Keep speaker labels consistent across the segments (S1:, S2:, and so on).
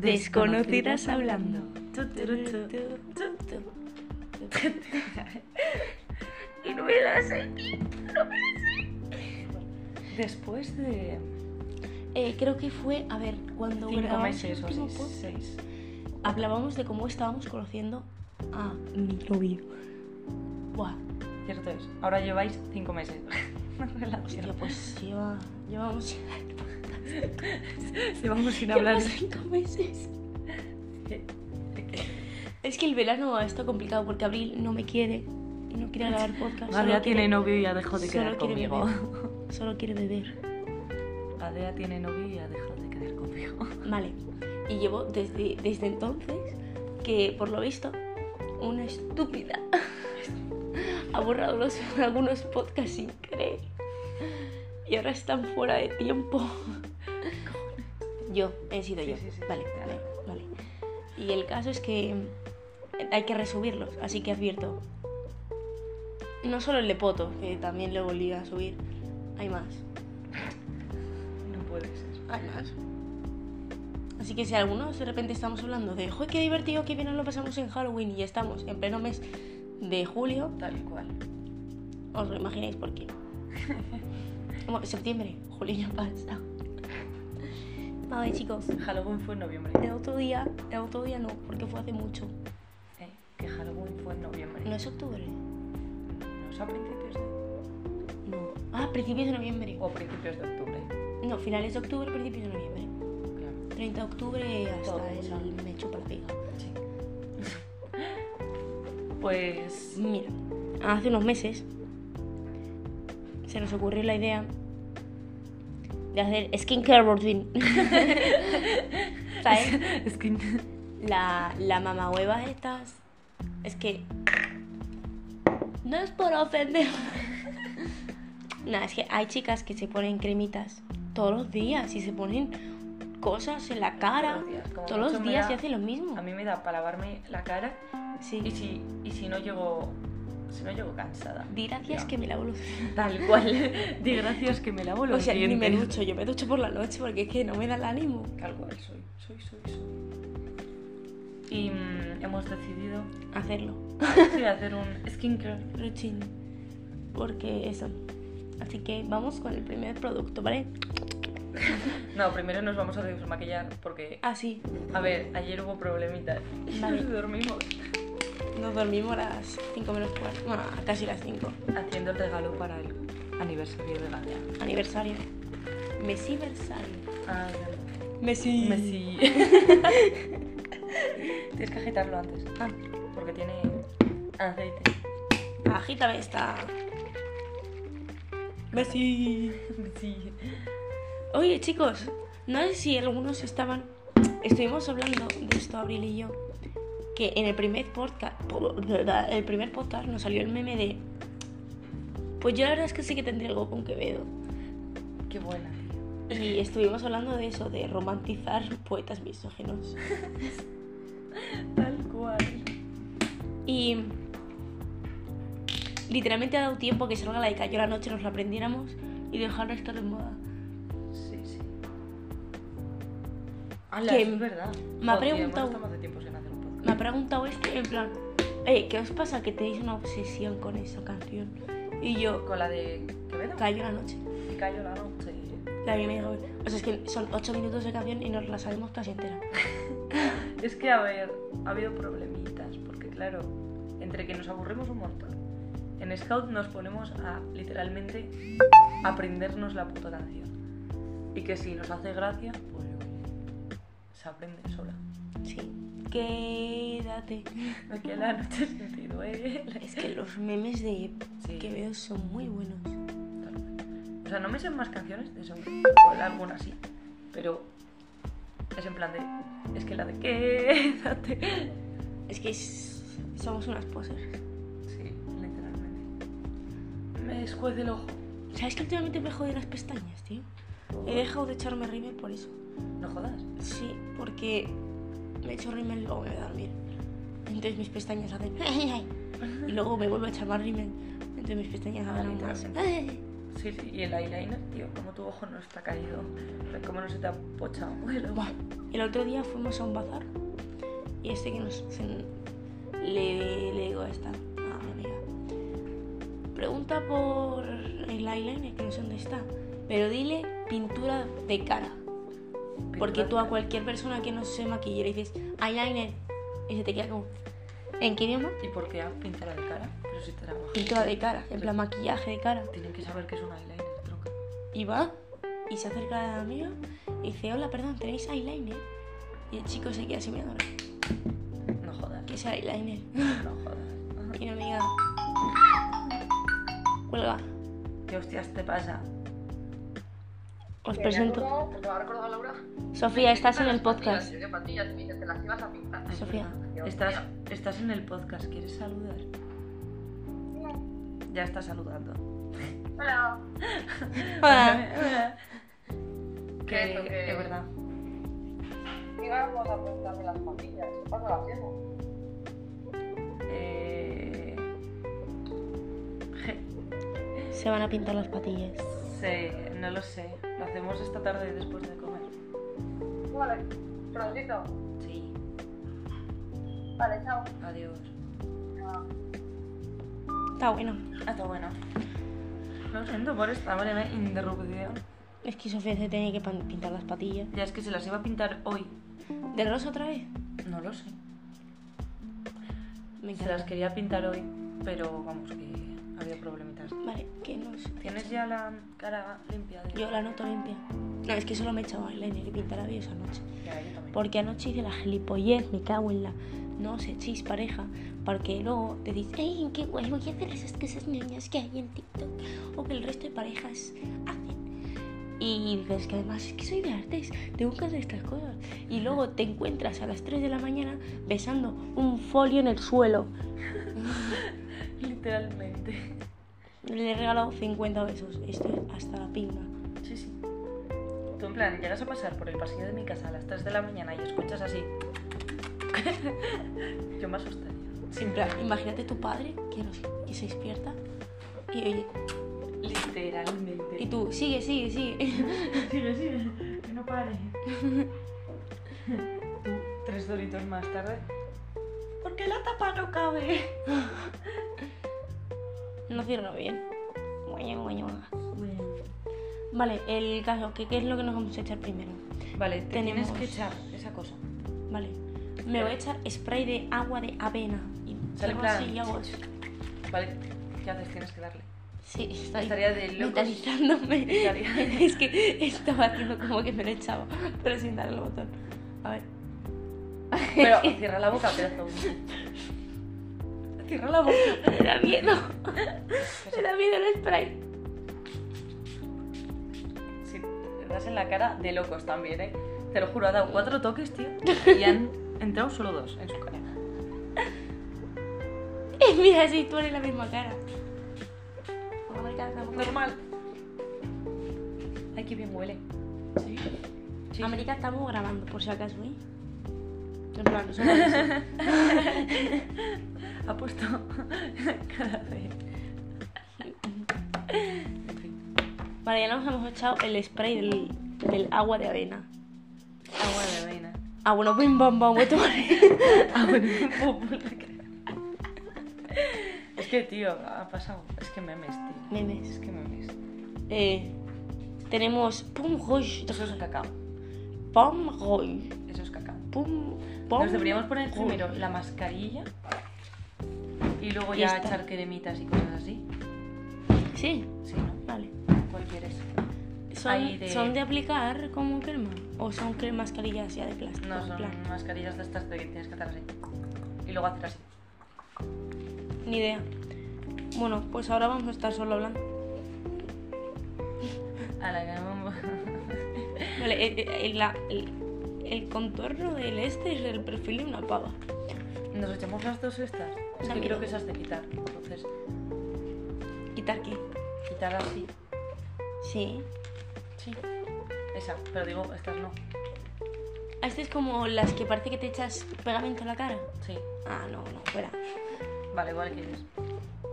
S1: Desconocidas hablando.
S2: Tu, tu, ru, tu, tu, tu.
S1: Y no me la sé, no me la sé.
S2: Después de
S1: Eh, creo que fue, a ver, cuando
S2: cinco
S1: grabamos
S2: meses
S1: el
S2: o
S1: último
S2: así,
S1: podcast,
S2: seis.
S1: hablábamos de cómo estábamos conociendo a mi novio. Buah,
S2: Cierto es. Ahora lleváis cinco meses. Una relación.
S1: hostia, pues lleva, llevamos
S2: Llevamos sin hablar.
S1: llevamos cinco meses. Es que el verano está complicado porque Abril no me quiere y no quiere grabar podcast.
S2: Gadea
S1: solo quiere-
S2: tiene novio y ya dejó de
S1: solo
S2: quedar
S1: quiere
S2: conmigo.
S1: beber, Solo quiere beber.
S2: Gadea tiene novio y ya dejó de quedar conmigo.
S1: Vale. Y llevo desde, desde entonces que, por lo visto, una estúpida ha borrado los- algunos podcasts sin querer. Y ahora están fuera de tiempo. Yo, he sido
S2: Sí,
S1: yo.
S2: sí, sí,
S1: vale,
S2: sí, claro.
S1: vale, vale. Y el caso es que hay que resubirlos, así que advierto. No solo el de Poto, que también lo volví a subir. Hay más.
S2: No puede ser.
S1: Además. Así que si algunos de repente estamos hablando de, ¡joder, qué divertido, que bien nos lo pasamos en Halloween! Y ya estamos en pleno mes de julio,
S2: Tal cual.
S1: os lo imagináis por qué. Bueno, septiembre, julio ya pasa. Vale, chicos,
S2: Halloween fue en noviembre.
S1: el otro día, el otro día no, porque fue hace mucho.
S2: Eh, que Halloween fue en noviembre.
S1: ¿No es octubre?
S2: No, es a principios de...
S1: No. Ah, principios de noviembre.
S2: O principios de octubre.
S1: No, finales de octubre, principios de noviembre.
S2: Claro.
S1: 30 de octubre
S2: Todo,
S1: hasta el
S2: claro.
S1: me chupa la pega.
S2: Sí. pues...
S1: Mira, hace unos meses se nos ocurrió la idea de hacer skincare routine. ¿Sabes?
S2: Es que...
S1: La, la mamahuevas estas. Es que. No es por ofender. Nada, es que hay chicas que se ponen cremitas todos los días y se ponen cosas en la cara.
S2: Todos los días, como
S1: Todos los
S2: mucho me
S1: días
S2: da-
S1: y hacen lo mismo.
S2: A mí me da para lavarme la cara
S1: Sí.
S2: y si, y si no llego... Si no llego cansada.
S1: Di gracias
S2: Ya.
S1: que me lavo los
S2: Tal cual. Di gracias que me lavo los
S1: O sea, ni
S2: dientes.
S1: me ducho, yo me ducho por la noche porque es que no me da el ánimo.
S2: Tal cual, soy, soy, soy, soy. Y mm, hemos decidido
S1: Hacerlo.
S2: sí, hacer un skincare.
S1: Routine. Porque eso. Así que vamos con el primer producto, ¿vale?
S2: No, primero nos vamos a desmaquillar porque...
S1: Así.
S2: A ver, ayer hubo problemitas.
S1: Vale.
S2: Nos dormimos
S1: Nos dormimos a las 5 menos cuarto. Bueno, a casi las 5.
S2: haciendo el regalo para el aniversario de Gaia.
S1: Aniversario. Mesiversario.
S2: Ah,
S1: Messi.
S2: Messi. Tienes que agitarlo antes
S1: Ah,
S2: porque tiene aceite.
S1: agítame esta. Messi.
S2: Sí.
S1: Oye, chicos, no sé si algunos estaban. Estuvimos hablando de esto, Abril y yo. Que en el primer podcast. El primer podcast nos salió el meme de. Pues yo la verdad es que sí que tendría algo con Quevedo.
S2: Qué buena.
S1: Y estuvimos hablando de eso, de romantizar poetas misógenos.
S2: Tal cual.
S1: Y. Literalmente ha dado tiempo que salga la de Cayó la noche, nos la aprendiéramos y dejarla estar en moda.
S2: Sí, sí.
S1: Que
S2: Ah, es verdad.
S1: me ha
S2: Joder,
S1: preguntado-
S2: hemos estado hace tiempo sin hacer un podcast.
S1: Me ha preguntado este en plan, "Eh, ¿qué os pasa que tenéis una obsesión con esa canción? Y yo,
S2: Con la de Quevedo.
S1: cayó la noche.
S2: Y Cayó la noche.
S1: La vi y me dijo, o sea, es que son 8 minutos de canción y nos la sabemos casi entera.
S2: Es que, a ver, ha habido problemitas. Porque, claro, entre que nos aburrimos un montón, en Scout nos ponemos a literalmente aprendernos la puta canción. Y que si nos hace gracia, pues oye, se aprende sola.
S1: Sí. Quédate.
S2: Aquí a la noche se te duele.
S1: Es que los memes de
S2: Sí.
S1: Quevedo son muy buenos.
S2: Tal cual. O sea, no me sé más canciones de eso. alguna sí. Pero es en plan de. Es que la de quédate.
S1: Es que es- somos unas poses.
S2: Sí, literalmente. Me escuece el ojo.
S1: ¿Sabes que últimamente me he jodido las pestañas, tío? He dejado de echarme rímel por eso.
S2: No jodas.
S1: Sí, porque me echo rímel y luego me voy a dormir. Entonces mis pestañas hacen... Y luego me vuelvo a echar más rímel. Entonces mis pestañas
S2: Ah,
S1: hacen aún más.
S2: literalmente. Sí, sí, y el eyeliner, tío, como tu ojo no está caído, como no se te ha pochado. Bueno,
S1: Buah, El otro día fuimos a un bazar y este que nos. se- le, le digo a esta, a mi amiga. Pregunta por el eyeliner, que no sé dónde está. Pero dile pintura de cara. Porque tú a cualquier persona que no se maquille le dices eyeliner y se te queda como. ¿En qué idioma?
S2: ¿Y por qué pintar de cara? Pero si trabajas.
S1: Pintura de cara, en plan maquillaje de cara.
S2: Tienen que saber que es un eyeliner, tronca.
S1: Y va y se acerca a la amiga y dice, hola, perdón, ¿tenéis eyeliner? Y el chico se queda así mirándole,
S2: No jodas.
S1: ¿qué es eyeliner?
S2: No jodas.
S1: Y mi amiga cuelga,
S2: ¿Qué hostias te pasa?
S1: os presento.
S3: Porque me pues ha recordado Laura.
S1: Sofía, estás en el
S3: Patillas,
S1: podcast.
S3: yo qué patillas, me dice, te las ibas a pintar.
S2: Ay,
S1: Sofía.
S2: perdona. Estás, estás en el podcast, ¿quieres saludar? Ya está saludando.
S3: Hola.
S1: Hola.
S2: Ah. Que
S3: Eso, que-
S2: es verdad.
S3: Íbamos a pintarme las patillas. ¿Cuándo las hacemos?
S2: Eh, je-
S1: Se van a pintar las patillas.
S2: se- no lo sé. Lo hacemos esta tarde después de comer.
S3: Vale. Prontito.
S2: Sí.
S3: Vale, chao.
S2: Adiós.
S1: Está bueno.
S2: Hasta Ah, bueno. Lo siento por esta breve interrupción.
S1: Es que Sofía se tenía que pan- pintar las patillas.
S2: Ya es que se las iba a pintar hoy.
S1: ¿De rosa otra vez?
S2: No lo sé.
S1: Me
S2: Se las
S1: encanta.
S2: quería pintar hoy, pero vamos, que había problemitas.
S1: Vale, que nos...
S2: ¿Tienes ya la cara limpia? De...
S1: Yo la noto limpia. No, es que solo me he echado eyeliner y pintalabios anoche.
S2: Ya, yo también.
S1: Porque anoche hice la gilipollez, me cago en la. No os echéis pareja, porque luego decís, ¡ay, qué guay! Voy a hacer esas cosas niñas que hay en TikTok o que el resto de parejas hacen. Y dices que además es que soy de artes, tengo que hacer estas cosas. Y luego te encuentras a las 3 de la mañana besando un folio en el suelo.
S2: Literalmente.
S1: Le he regalado 50 besos, estoy hasta la pinga.
S2: Sí, sí. Tú en plan, llegas a pasar por el pasillo de mi casa a las 3 de la mañana y escuchas así. Yo me asustaría.
S1: En plan, imagínate tu padre que, nos- que se despierta y oye,
S2: Literalmente.
S1: y tú, sigue, sigue, sigue.
S2: Sigue, sigue. Que no pare. Tú, tres doritos más tarde. Porque la tapa no cabe.
S1: No cierro bien. Guaña, guaña, guaña.
S2: Bueno.
S1: Vale, el caso, que ¿qué es lo que nos vamos a echar primero?
S2: Vale, te tienes
S1: Tenemos-
S2: que echar esa cosa.
S1: Vale, me voy a echar spray de agua de avena. Y
S2: Sale
S1: salgo
S2: plan.
S1: así y hago...
S2: Vale, ¿qué haces? Tienes que darle.
S1: Sí, estoy
S2: Estaría de locos.
S1: mentalizándome.
S2: Estaría-
S1: es que estaba haciendo como que me lo echaba, pero sin darle el botón. A ver.
S2: Pero cierra la boca, pedazo. Cierra la boca.
S1: Me da miedo. Me da miedo el spray.
S2: Si te das en la cara, de locos también, ¿eh? Te lo juro, ha dado cuatro toques, tío. Y han entrado solo dos en su cara.
S1: Mira, si tú eres la misma cara. Vamos a marcar la boca.
S2: Normal. Ay, qué bien huele. Sí. Sí.
S1: América, estamos grabando, por si acaso, ¿eh? En plan, solo eso.
S2: Ha puesto cara de. En fin.
S1: Vale, ya nos hemos echado el spray del, del agua de avena.
S2: Agua de avena.
S1: Ah, bueno, bim, bam, bam, voy a tomar. Ah,
S2: Agua de Es que, tío, ha pasado. Es que memes, tío. Es
S1: Memes.
S2: que memes.
S1: Eh, tenemos pum roy,
S2: Eso es cacao.
S1: pum roy,
S2: Eso es cacao.
S1: pum, pum.
S2: Nos deberíamos poner
S1: roy.
S2: primero la mascarilla y luego
S1: Y
S2: ya
S1: esta.
S2: echar cremitas y cosas así.
S1: Sí,
S2: Sí, ¿no?
S1: vale.
S2: ¿Cuál quieres? Ahí
S1: ¿Son
S2: de-
S1: de... ¿Son de aplicar como crema? ¿O son cremas carillas ya de plástico?
S2: No,
S1: en
S2: son
S1: plan?
S2: mascarillas de estas de que tienes que hacer así. Y luego hacer así.
S1: Ni idea. Bueno, pues ahora vamos a estar solo hablando.
S2: A la que...
S1: Vale, el, el- la- el- el contorno del este es el perfil de una pava.
S2: Nos echamos las dos estas. Es que
S1: También.
S2: creo que esas de quitar. Entonces,
S1: ¿Quitar qué?
S2: quitar así.
S1: Sí.
S2: Sí. Esa, pero digo, estas no.
S1: Ah, Este es como las que parece que te echas pegamento en la cara.
S2: Sí.
S1: Ah, no, no, fuera.
S2: Vale, igual quieres.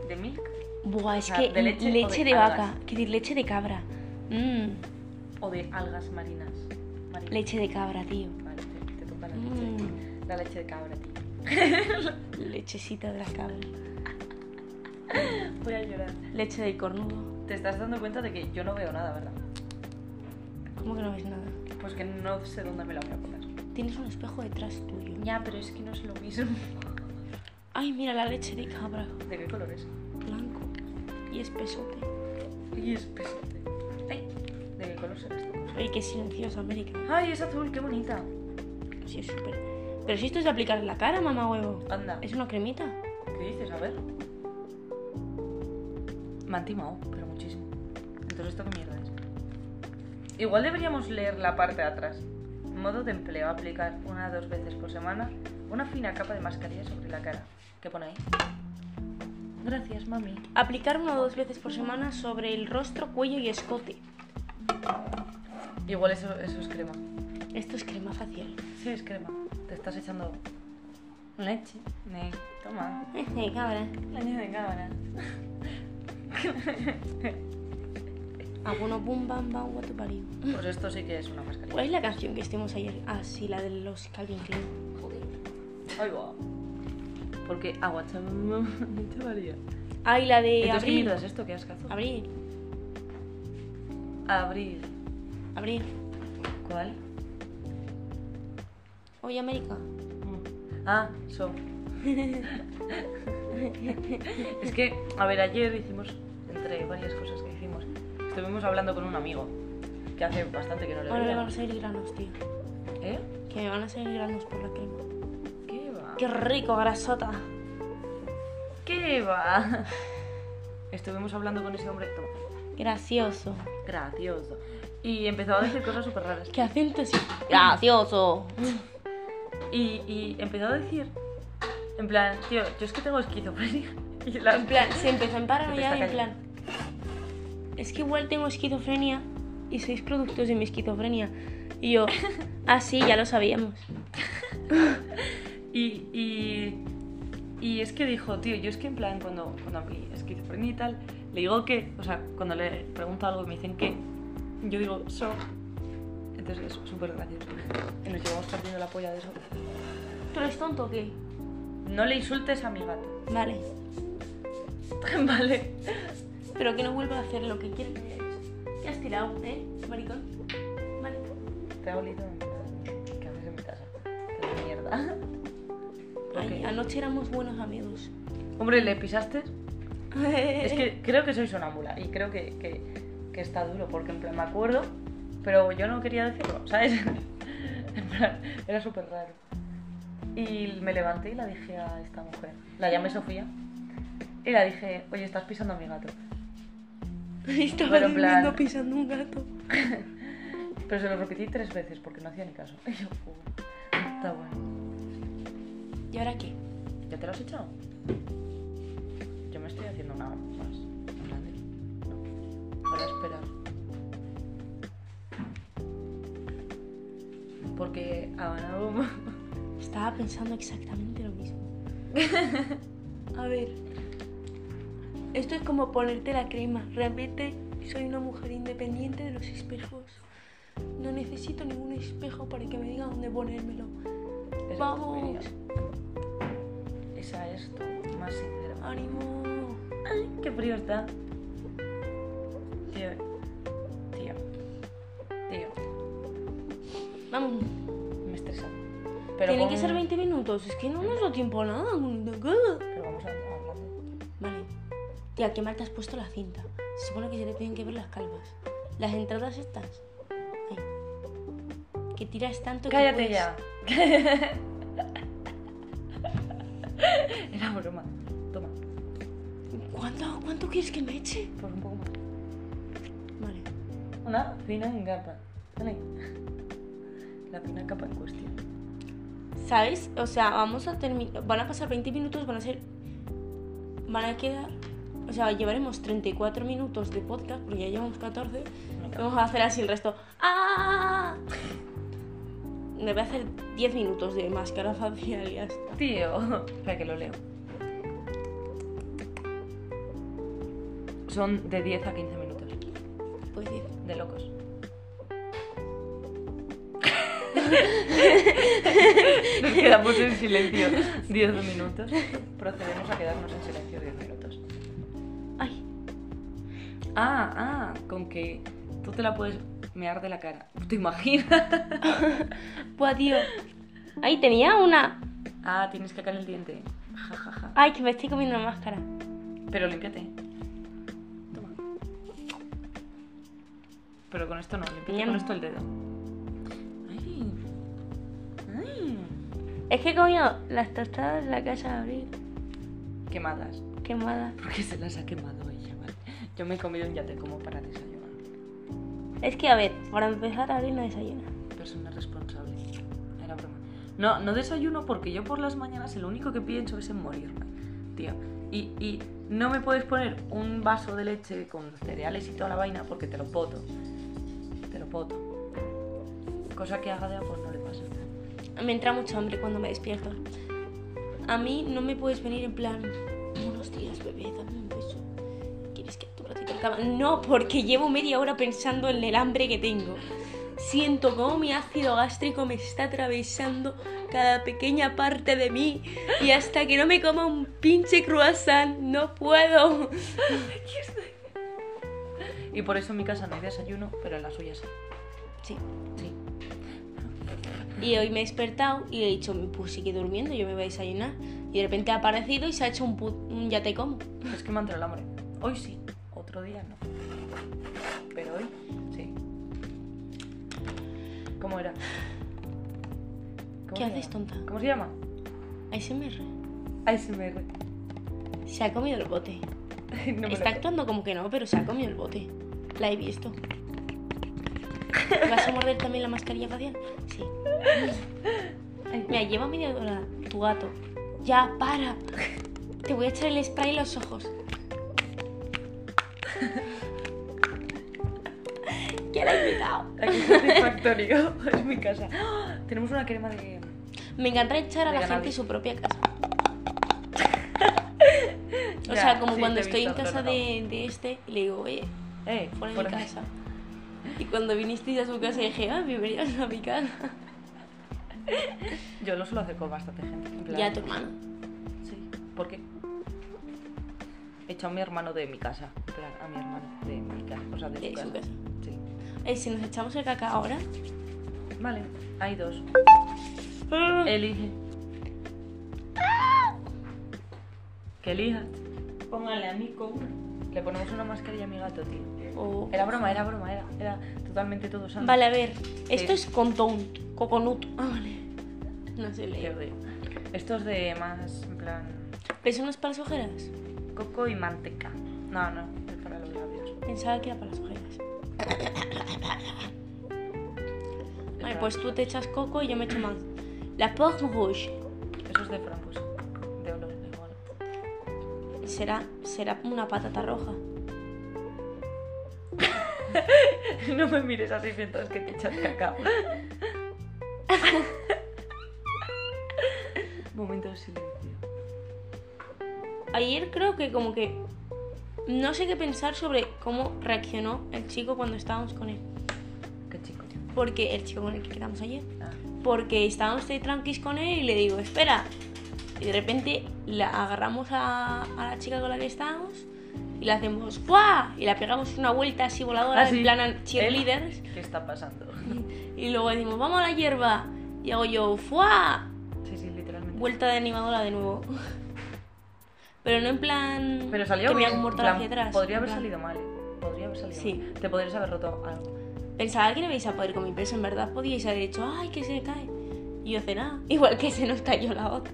S2: ¿De milk?
S1: Buah, es
S2: sea,
S1: que
S2: de leche o de
S1: vaca,
S2: algas.
S1: que decir leche de cabra. Mmm,
S2: O de algas marinas. Marinas.
S1: leche de cabra, tío.
S2: Vale, te, te toca la leche. de-
S1: Mmm,
S2: La leche de cabra, tío.
S1: lechecita de la cabra.
S2: Voy a llorar.
S1: Leche del cornudo.
S2: Te estás dando cuenta de que yo no veo nada, ¿verdad?
S1: ¿Cómo que no ves nada?
S2: Pues que no sé dónde me la voy a poner.
S1: Tienes un espejo detrás tuyo.
S2: Ya, pero es que no es lo mismo.
S1: Ay, mira la leche de cabra.
S2: ¿De qué color es?
S1: Blanco y espesote.
S2: Y es pesote. Ay, ¿de qué color será esto?
S1: Oye, qué silencioso, América.
S2: Ay, es azul, qué bonita.
S1: Sí, es súper. Pero si esto es de aplicar en la cara, mamá huevo.
S2: Anda.
S1: ¿Es una cremita?
S2: ¿Qué dices? A ver. Me han timado, pero muchísimo. Entonces, ¿esto qué mierda es? Igual deberíamos leer la parte de atrás. Modo de empleo, aplicar una o dos veces por semana una fina capa de mascarilla sobre la cara. ¿Qué pone ahí? Gracias, mami.
S1: Aplicar una o dos veces por semana sobre el rostro, cuello y escote.
S2: Igual eso, eso es crema.
S1: Esto es crema facial.
S2: Sí, es crema. Te estás echando leche. Ne, toma.
S1: Jeje, cabra.
S2: Leche de cámara.
S1: Alguno bum bam bam what pariu.
S2: Pues esto sí que es una mascarilla.
S1: ¿Cuál es la canción que estemos ayer? Ah, sí, la de los Calvin Klein.
S2: Ahí va. Porque agua te valía.
S1: Ay, la de
S2: Entonces, ¿qué
S1: abril.
S2: mierda es esto? ¿Qué ascazo?
S1: Abril,
S2: Abril.
S1: abril.
S2: ¿Cuál?
S1: Oye, América. Mm.
S2: Ah, so. es que, a ver, ayer hicimos, entre varias cosas que hicimos, estuvimos hablando con un amigo que hace bastante que no le
S1: Ahora me
S2: veía.
S1: van a salir granos, tío.
S2: ¿Eh?
S1: Que me van a salir granos por la crema.
S2: ¿Qué va?
S1: Qué rico, grasota.
S2: ¿Qué va? Estuvimos hablando con ese hombre, toma,
S1: Gracioso.
S2: gracioso. Y empezaba a decir cosas súper raras.
S1: ¿Qué acento es? Gracioso.
S2: Y, y empezó a decir, en plan, tío, yo es que tengo esquizofrenia. Y la-
S1: En plan, se empezó a
S2: Se
S1: paranoiar
S2: te está
S1: en plan. Es que igual tengo esquizofrenia y sois productos de mi esquizofrenia. Y yo, ah, sí, ya lo sabíamos.
S2: Y, y, y es que dijo, tío, yo es que en plan, cuando, cuando mi esquizofrenia y tal, le digo que, o sea, cuando le pregunto algo y me dicen que, yo digo, so. Entonces es súper gracioso. Y nos llevamos perdiendo la polla de eso.
S1: ¿Pero es tonto o qué?
S2: No le insultes a mi gato.
S1: Vale.
S2: vale.
S1: Pero que no vuelva a hacer lo que quiere que hayas. Ya has tirado, ¿eh? Maricón. Vale.
S2: Te ha olido en plan, ¿qué haces en mi casa? Qué mierda.
S1: Ay,
S2: Ok.
S1: Anoche éramos buenos amigos.
S2: Hombre, ¿le pisaste?
S1: Es
S2: Es que creo que soy sonámbula y creo que, que, que está duro, porque en plan me acuerdo, pero yo no quería decirlo, ¿sabes? En plan, era súper raro. Y me levanté y la dije a esta mujer, la llamé Sofía, y la dije, oye, estás pisando a mi gato.
S1: Estaba
S2: Bueno, en plan-
S1: durmiendo pisando un gato.
S2: Pero se lo repetí tres veces porque no hacía ni caso. Y yo, "Oh, está bueno.
S1: ¿Y ahora qué?
S2: ¿Ya te lo has echado? Yo me estoy haciendo una más grande. No, para esperar. Porque Habana Bomba.
S1: Estaba pensando exactamente lo mismo. A ver. Esto es como ponerte la crema. Realmente soy una mujer independiente de los espejos. No necesito ningún espejo para que me diga dónde ponérmelo.
S2: es
S1: Vamos.
S2: tu Esa es tu más sincera.
S1: ¡Ánimo!
S2: Ay, qué frío está. Tío. Tío. Tío.
S1: Vamos.
S2: Me estresa.
S1: Tienen
S2: pon-
S1: que ser 20 minutos. Es que no nos da tiempo a nada.
S2: Pero vamos a hablar de-
S1: Vale. Tía, qué mal te has puesto la cinta. Se supone que se te tienen que ver las calvas. Las entradas estas. Ay. Que tiras tanto
S2: Cállate
S1: que puedes-
S2: ya. Era broma. Toma.
S1: ¿Cuánto, ¿Cuánto quieres que me eche?
S2: Por un poco más.
S1: Vale.
S2: Una fina capa. Dale. La fina capa en cuestión.
S1: ¿Sabes? O sea, vamos a terminar. Van a pasar 20 minutos, van a ser. Van a quedar. O sea, llevaremos 34 minutos de podcast, porque ya llevamos 14. Vamos a hacer así el resto. ¡Ah! Me voy a hacer 10 minutos de máscara facial y ya está.
S2: Tío. Espera que lo leo. son de 10 a 15 minutos.
S1: Pues sí.
S2: De locos. Nos quedamos en silencio 10 minutos. Procedemos a quedarnos en silencio 10 minutos.
S1: Ay,
S2: Ah, ah, con que tú te la puedes mear de la cara. ¿Te imaginas?
S1: buah, tío. Ay, tenía una.
S2: Ah, tienes caca en el diente. Ja, ja, ja.
S1: Ay, que me estoy comiendo la máscara.
S2: Pero límpiate. Toma. Pero con esto no, límpiate
S1: Ñam.
S2: con esto el dedo. Ay. Ay.
S1: Es que he comido las tostadas de la casa de abril
S2: Quemadas.
S1: quemadas.
S2: Porque se las ha quemado ella, ¿vale? Yo me he comido un yate como para desayunar.
S1: Es que, a ver, para empezar, abril no desayuna.
S2: Persona responsable. Era broma. No, no desayuno porque yo por las mañanas lo único que pienso es en morirme, tío. Y, y no me puedes poner un vaso de leche con cereales y toda la vaina porque te lo poto. Te lo poto. Cosa que a Gadea pues no le pasa.
S1: Me entra mucho hambre cuando me despierto. A mí no me puedes venir en plan, buenos días, bebé, dame un beso. ¿Quieres que tu ratito en cama?". No, porque llevo media hora pensando en el hambre que tengo. Siento cómo mi ácido gástrico me está atravesando cada pequeña parte de mí y hasta que no me coma un pinche croissant no puedo.
S2: Y por eso en mi casa no hay desayuno, pero en la suya sí.
S1: Sí.
S2: Sí.
S1: Y hoy me he despertado y he dicho, pues sigue durmiendo, yo me voy a desayunar. Y de repente ha aparecido y se ha hecho un, pu- un ya te como.
S2: Es que me ha entrado el hambre. Hoy sí, otro día no. Pero hoy sí. ¿Cómo era? ¿Cómo se
S1: ¿Qué haces,
S2: llama?
S1: tonta?
S2: ¿Cómo se llama?
S1: Ahí se me re.
S2: ASMR.
S1: Se ha comido el bote.
S2: No me
S1: Está
S2: lo-
S1: actuando como que no, pero se ha comido el bote. La he visto. ¿Vas a morder también la mascarilla facial? Sí.
S2: Ay,
S1: Mira, lleva media hora tu gato. Ya, para. Te voy a echar el spray en los ojos. ¿Qué le he quitado?
S2: Aquí es satisfactorio. Es mi casa. ¡Ah! Tenemos una crema de.
S1: Me encanta echar a
S2: Venga,
S1: la gente
S2: Navi.
S1: su propia casa. O
S2: Ya,
S1: sea, como
S2: sí,
S1: cuando
S2: te he
S1: estoy en
S2: visto,
S1: casa
S2: pero no.
S1: de, de este y le digo, oye,
S2: Eh,
S1: fuera de
S2: por
S1: mi
S2: aquí.
S1: casa. Y cuando vinisteis a su casa dije, ah, bienvenidos a mi casa.
S2: Yo lo suelo hacer con bastante gente. en plan-
S1: Ya tu hermano.
S2: Sí. ¿Por qué? He hecho a mi hermano de mi casa. En plan, a mi hermano de mi casa. O sea, de,
S1: De
S2: su
S1: su
S2: casa.
S1: casa.
S2: Sí.
S1: Eh, si nos echamos el caca ahora.
S2: Vale, hay dos.
S1: Eh,
S2: Elige. Que elija. Póngale a Nico. Le ponemos una mascarilla a mi gato, tío.
S1: O-
S2: Era broma, era broma, era, era totalmente todo sano.
S1: Vale, a ver. Esto es contoun, coconut. Ah, vale. No sé
S2: Qué
S1: leer.
S2: rico. Esto es de más, en plan,
S1: ¿Pero eso no es para las ojeras?
S2: coco y manteca. No, no, es para los labios.
S1: Pensaba que era para las ojeras.
S2: Es
S1: Vale,
S2: para-
S1: pues tú te echas coco y yo me echo más. La Port Rouge
S2: Eso es de frambuesa. De olor, de olor.
S1: será, será una patata roja.
S2: No me mires así mientras que te echas cacao. Momento de silencio.
S1: Ayer creo que como que no sé qué pensar sobre cómo reaccionó el chico cuando estábamos con él.
S2: Qué chico.
S1: Porque el chico con el que quedamos ayer.
S2: Ah.
S1: Porque estábamos de tranquis con él y le digo, espera. Y de repente la agarramos a, a la chica con la que estábamos y la hacemos ¡guau! Y la pegamos una vuelta así voladora
S2: Ah, sí.
S1: en plan cheerleaders.
S2: ¿Qué está pasando?
S1: Y luego decimos, vamos a la hierba. Y hago yo, ¡fuá!
S2: Sí, sí, literalmente.
S1: Vuelta de animadora de nuevo. Pero no en plan.
S2: Pero salió
S1: Que me
S2: bien,
S1: hago un
S2: en
S1: mortal
S2: plan,
S1: hacia atrás.
S2: Podría
S1: en
S2: haber
S1: plan.
S2: salido mal. ¿eh? Podría haber salido
S1: Sí.
S2: mal. Te podrías haber roto algo.
S1: Pensaba que no ibais a poder con mi peso, en verdad podíais haber dicho, ay, que se cae. Y yo nada Igual que se nos cayó la otra.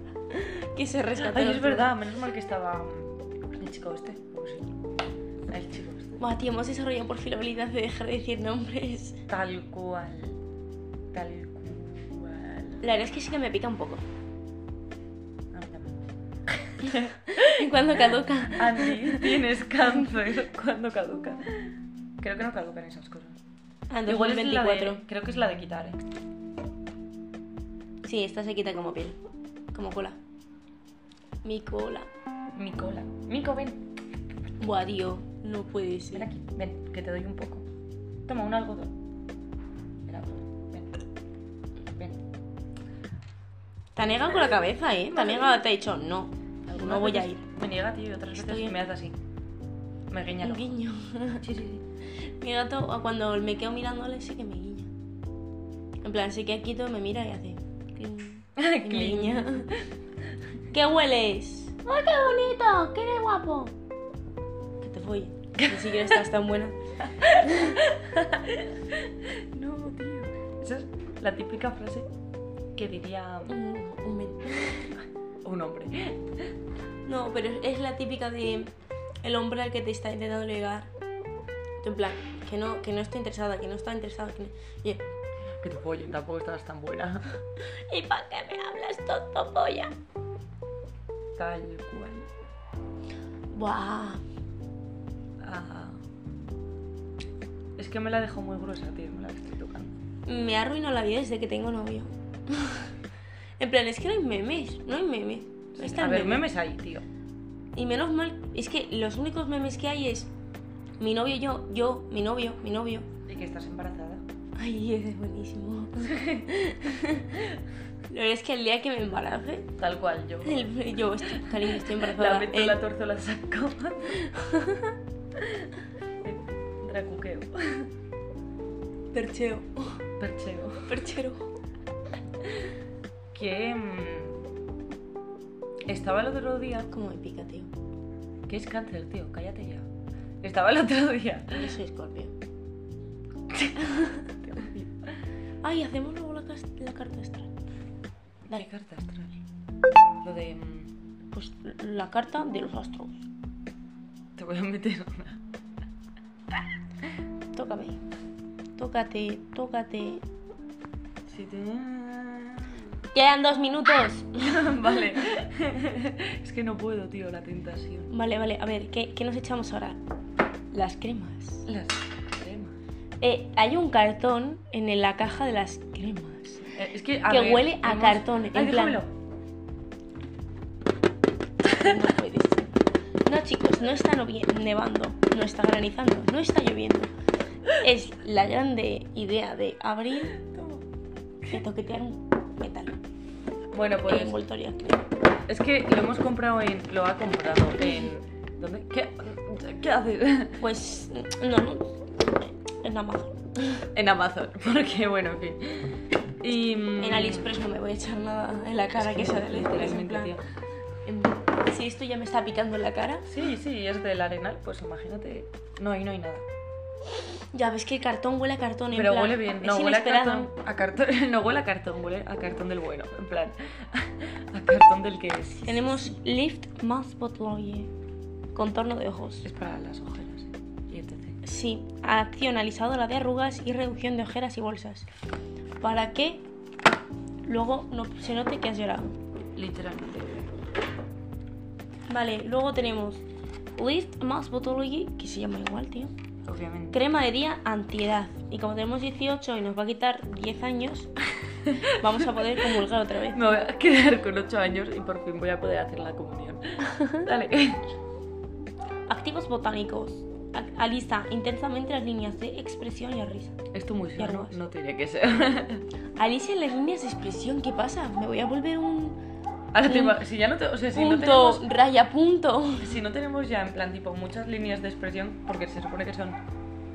S1: Que se rescató.
S2: Ay,
S1: el
S2: es
S1: otro.
S2: verdad, menos mal que estaba mm, el chico este. ¿Cómo se llama? El chico este.
S1: Buah, tío, hemos desarrollado por fin la habilidad de dejar de decir nombres.
S2: Tal cual. Tal cual.
S1: La verdad es que sí que me pica un poco.
S2: A mí también.
S1: Cuando caduca.
S2: Andy, tienes cáncer. Ah, ¿Cuándo caduca? Creo que no caducan esas cosas.
S1: Ah,
S2: Igual es la
S1: 2024.
S2: de, creo que es la de quitar, ¿eh?
S1: Sí, esta se quita como piel. Como cola. Mi cola.
S2: Mi cola. Mico, ven.
S1: Buah, tío. No puede
S2: Ven
S1: ser.
S2: aquí, ven, que te doy un poco. Toma un algodón. El algodón, ven. Ven.
S1: Te ha negado con la cabeza, ¿eh? Te ha negado, te ha dicho no. No
S2: Algunas
S1: voy a
S2: veces
S1: ir.
S2: Me niega, tío, y otras veces
S1: Estoy en-
S2: me hace así. Me guiña el
S1: Un
S2: ojo.
S1: guiño.
S2: Sí, sí, sí.
S1: Mi gato, ah, cuando me quedo mirándole, sí que me guiña. En plan, se queda quieto, me mira y hace. cling, y me
S2: Cling.
S1: guiña. ¿Qué hueles? ¡Ay, qué bonito! ¡Qué eres guapo! Que te folle. Ni siquiera estás tan buena.
S2: No, tío. Esa es la típica frase que diría
S1: Un- un men-
S2: un hombre.
S1: No, pero es la típica de el hombre al que te está intentando llegar. Tú En plan, que no, que no está interesada, que no está interesado. que no- Y,
S2: Que te follen, tampoco estás tan buena.
S1: ¿Y para qué me hablas, tonto polla?
S2: Tal cual.
S1: Buah.
S2: Ah. Es que me la dejó muy gruesa, tío, me la estoy tocando.
S1: Me arruinó la vida desde que tengo novio. en plan, es que no hay memes, no hay memes. No está
S2: a
S1: el
S2: ver,
S1: meme.
S2: memes ahí, tío.
S1: Y menos mal, es que los únicos memes que hay es mi novio, yo, yo, mi novio, mi novio.
S2: Y que estás embarazada.
S1: Ay, ese es buenísimo. Lo peor es que el día que me embarace,
S2: Tal cual, yo.
S1: el- yo, estoy, cariño, estoy embarazada.
S2: La meto,
S1: El-
S2: la torzo, la saco. Dracuqueo.
S1: Percheo,
S2: Percheo.
S1: perchero.
S2: Que. mm, Estaba el otro día.
S1: Como me pica, tío.
S2: ¿Qué es cáncer, tío? Cállate ya. Estaba el otro día.
S1: Yo soy escorpio. Ay, hacemos luego la, cas- la carta astral. Dale.
S2: ¿Qué carta astral? Lo de. mm,
S1: Pues la carta de los astros.
S2: Te voy a meter una.
S1: Tócame. Tócate, tócate.
S2: Si te.
S1: Quedan dos minutos.
S2: vale. es que no puedo, tío, la tentación.
S1: Vale, vale. A ver, ¿qué, qué nos echamos ahora? Las cremas.
S2: Las cremas.
S1: Eh, hay un cartón en la caja de las cremas.
S2: Eh, es que a
S1: Que
S2: ver,
S1: huele a cartón,
S2: Ay,
S1: en plan-
S2: déjamelo.
S1: No puede ser. No, chicos, no está novie- nevando, no está granizando, no está lloviendo. Es la grande idea de abrir y toquetear un metal.
S2: Bueno,
S1: En
S2: pues
S1: envoltoria, creo.
S2: es que lo hemos comprado en. Lo ha comprado en. ¿Dónde? ¿Qué, ¿Qué haces?
S1: Pues no, no. En Amazon.
S2: en Amazon. Porque, bueno, en fin. Y. mm,
S1: En AliExpress no me voy a echar nada en la cara
S2: es
S1: que,
S2: no,
S1: sea de AliExpress. En
S2: literalmente,
S1: plan,
S2: tío.
S1: en- si esto ya me está picando en la cara,
S2: Sí, sí, es del Arenal, pues imagínate. No, y no hay nada.
S1: ya ves que el cartón huele a cartón. en
S2: Pero
S1: plan,
S2: huele bien.
S1: es
S2: No, huele a
S1: inesperado.
S2: cartón, a cartón. No huele a cartón, huele a cartón del bueno. En plan, a cartón del que es.
S1: Tenemos Lift Mouth Botloye. Contorno de ojos.
S2: Es para las ojeras. Y etc.
S1: Sí, acción alisadora de arrugas y reducción de ojeras y bolsas. Para que luego no se note que has llorado.
S2: Literalmente.
S1: Vale, luego tenemos Lift Mask Botology, que se llama igual, tío.
S2: Obviamente.
S1: Crema de día antiedad. Y como tenemos 18 y nos va a quitar 10 años, vamos a poder comulgar otra vez.
S2: Me voy a quedar con 8 años y por fin voy a poder hacer la comunión. Dale.
S1: Activos botánicos. A- Alisa intensamente las líneas de expresión y risa.
S2: Esto muy feo, ¿no?
S1: Piernas.
S2: No tiene que ser.
S1: Alicia, las líneas de expresión, ¿qué pasa? Me voy a volver un
S2: Ahora te ima- si ya no te, o sea, si no
S1: punto,
S2: tenemos,
S1: raya punto.
S2: si no tenemos ya en plan tipo muchas líneas de expresión, porque se supone que son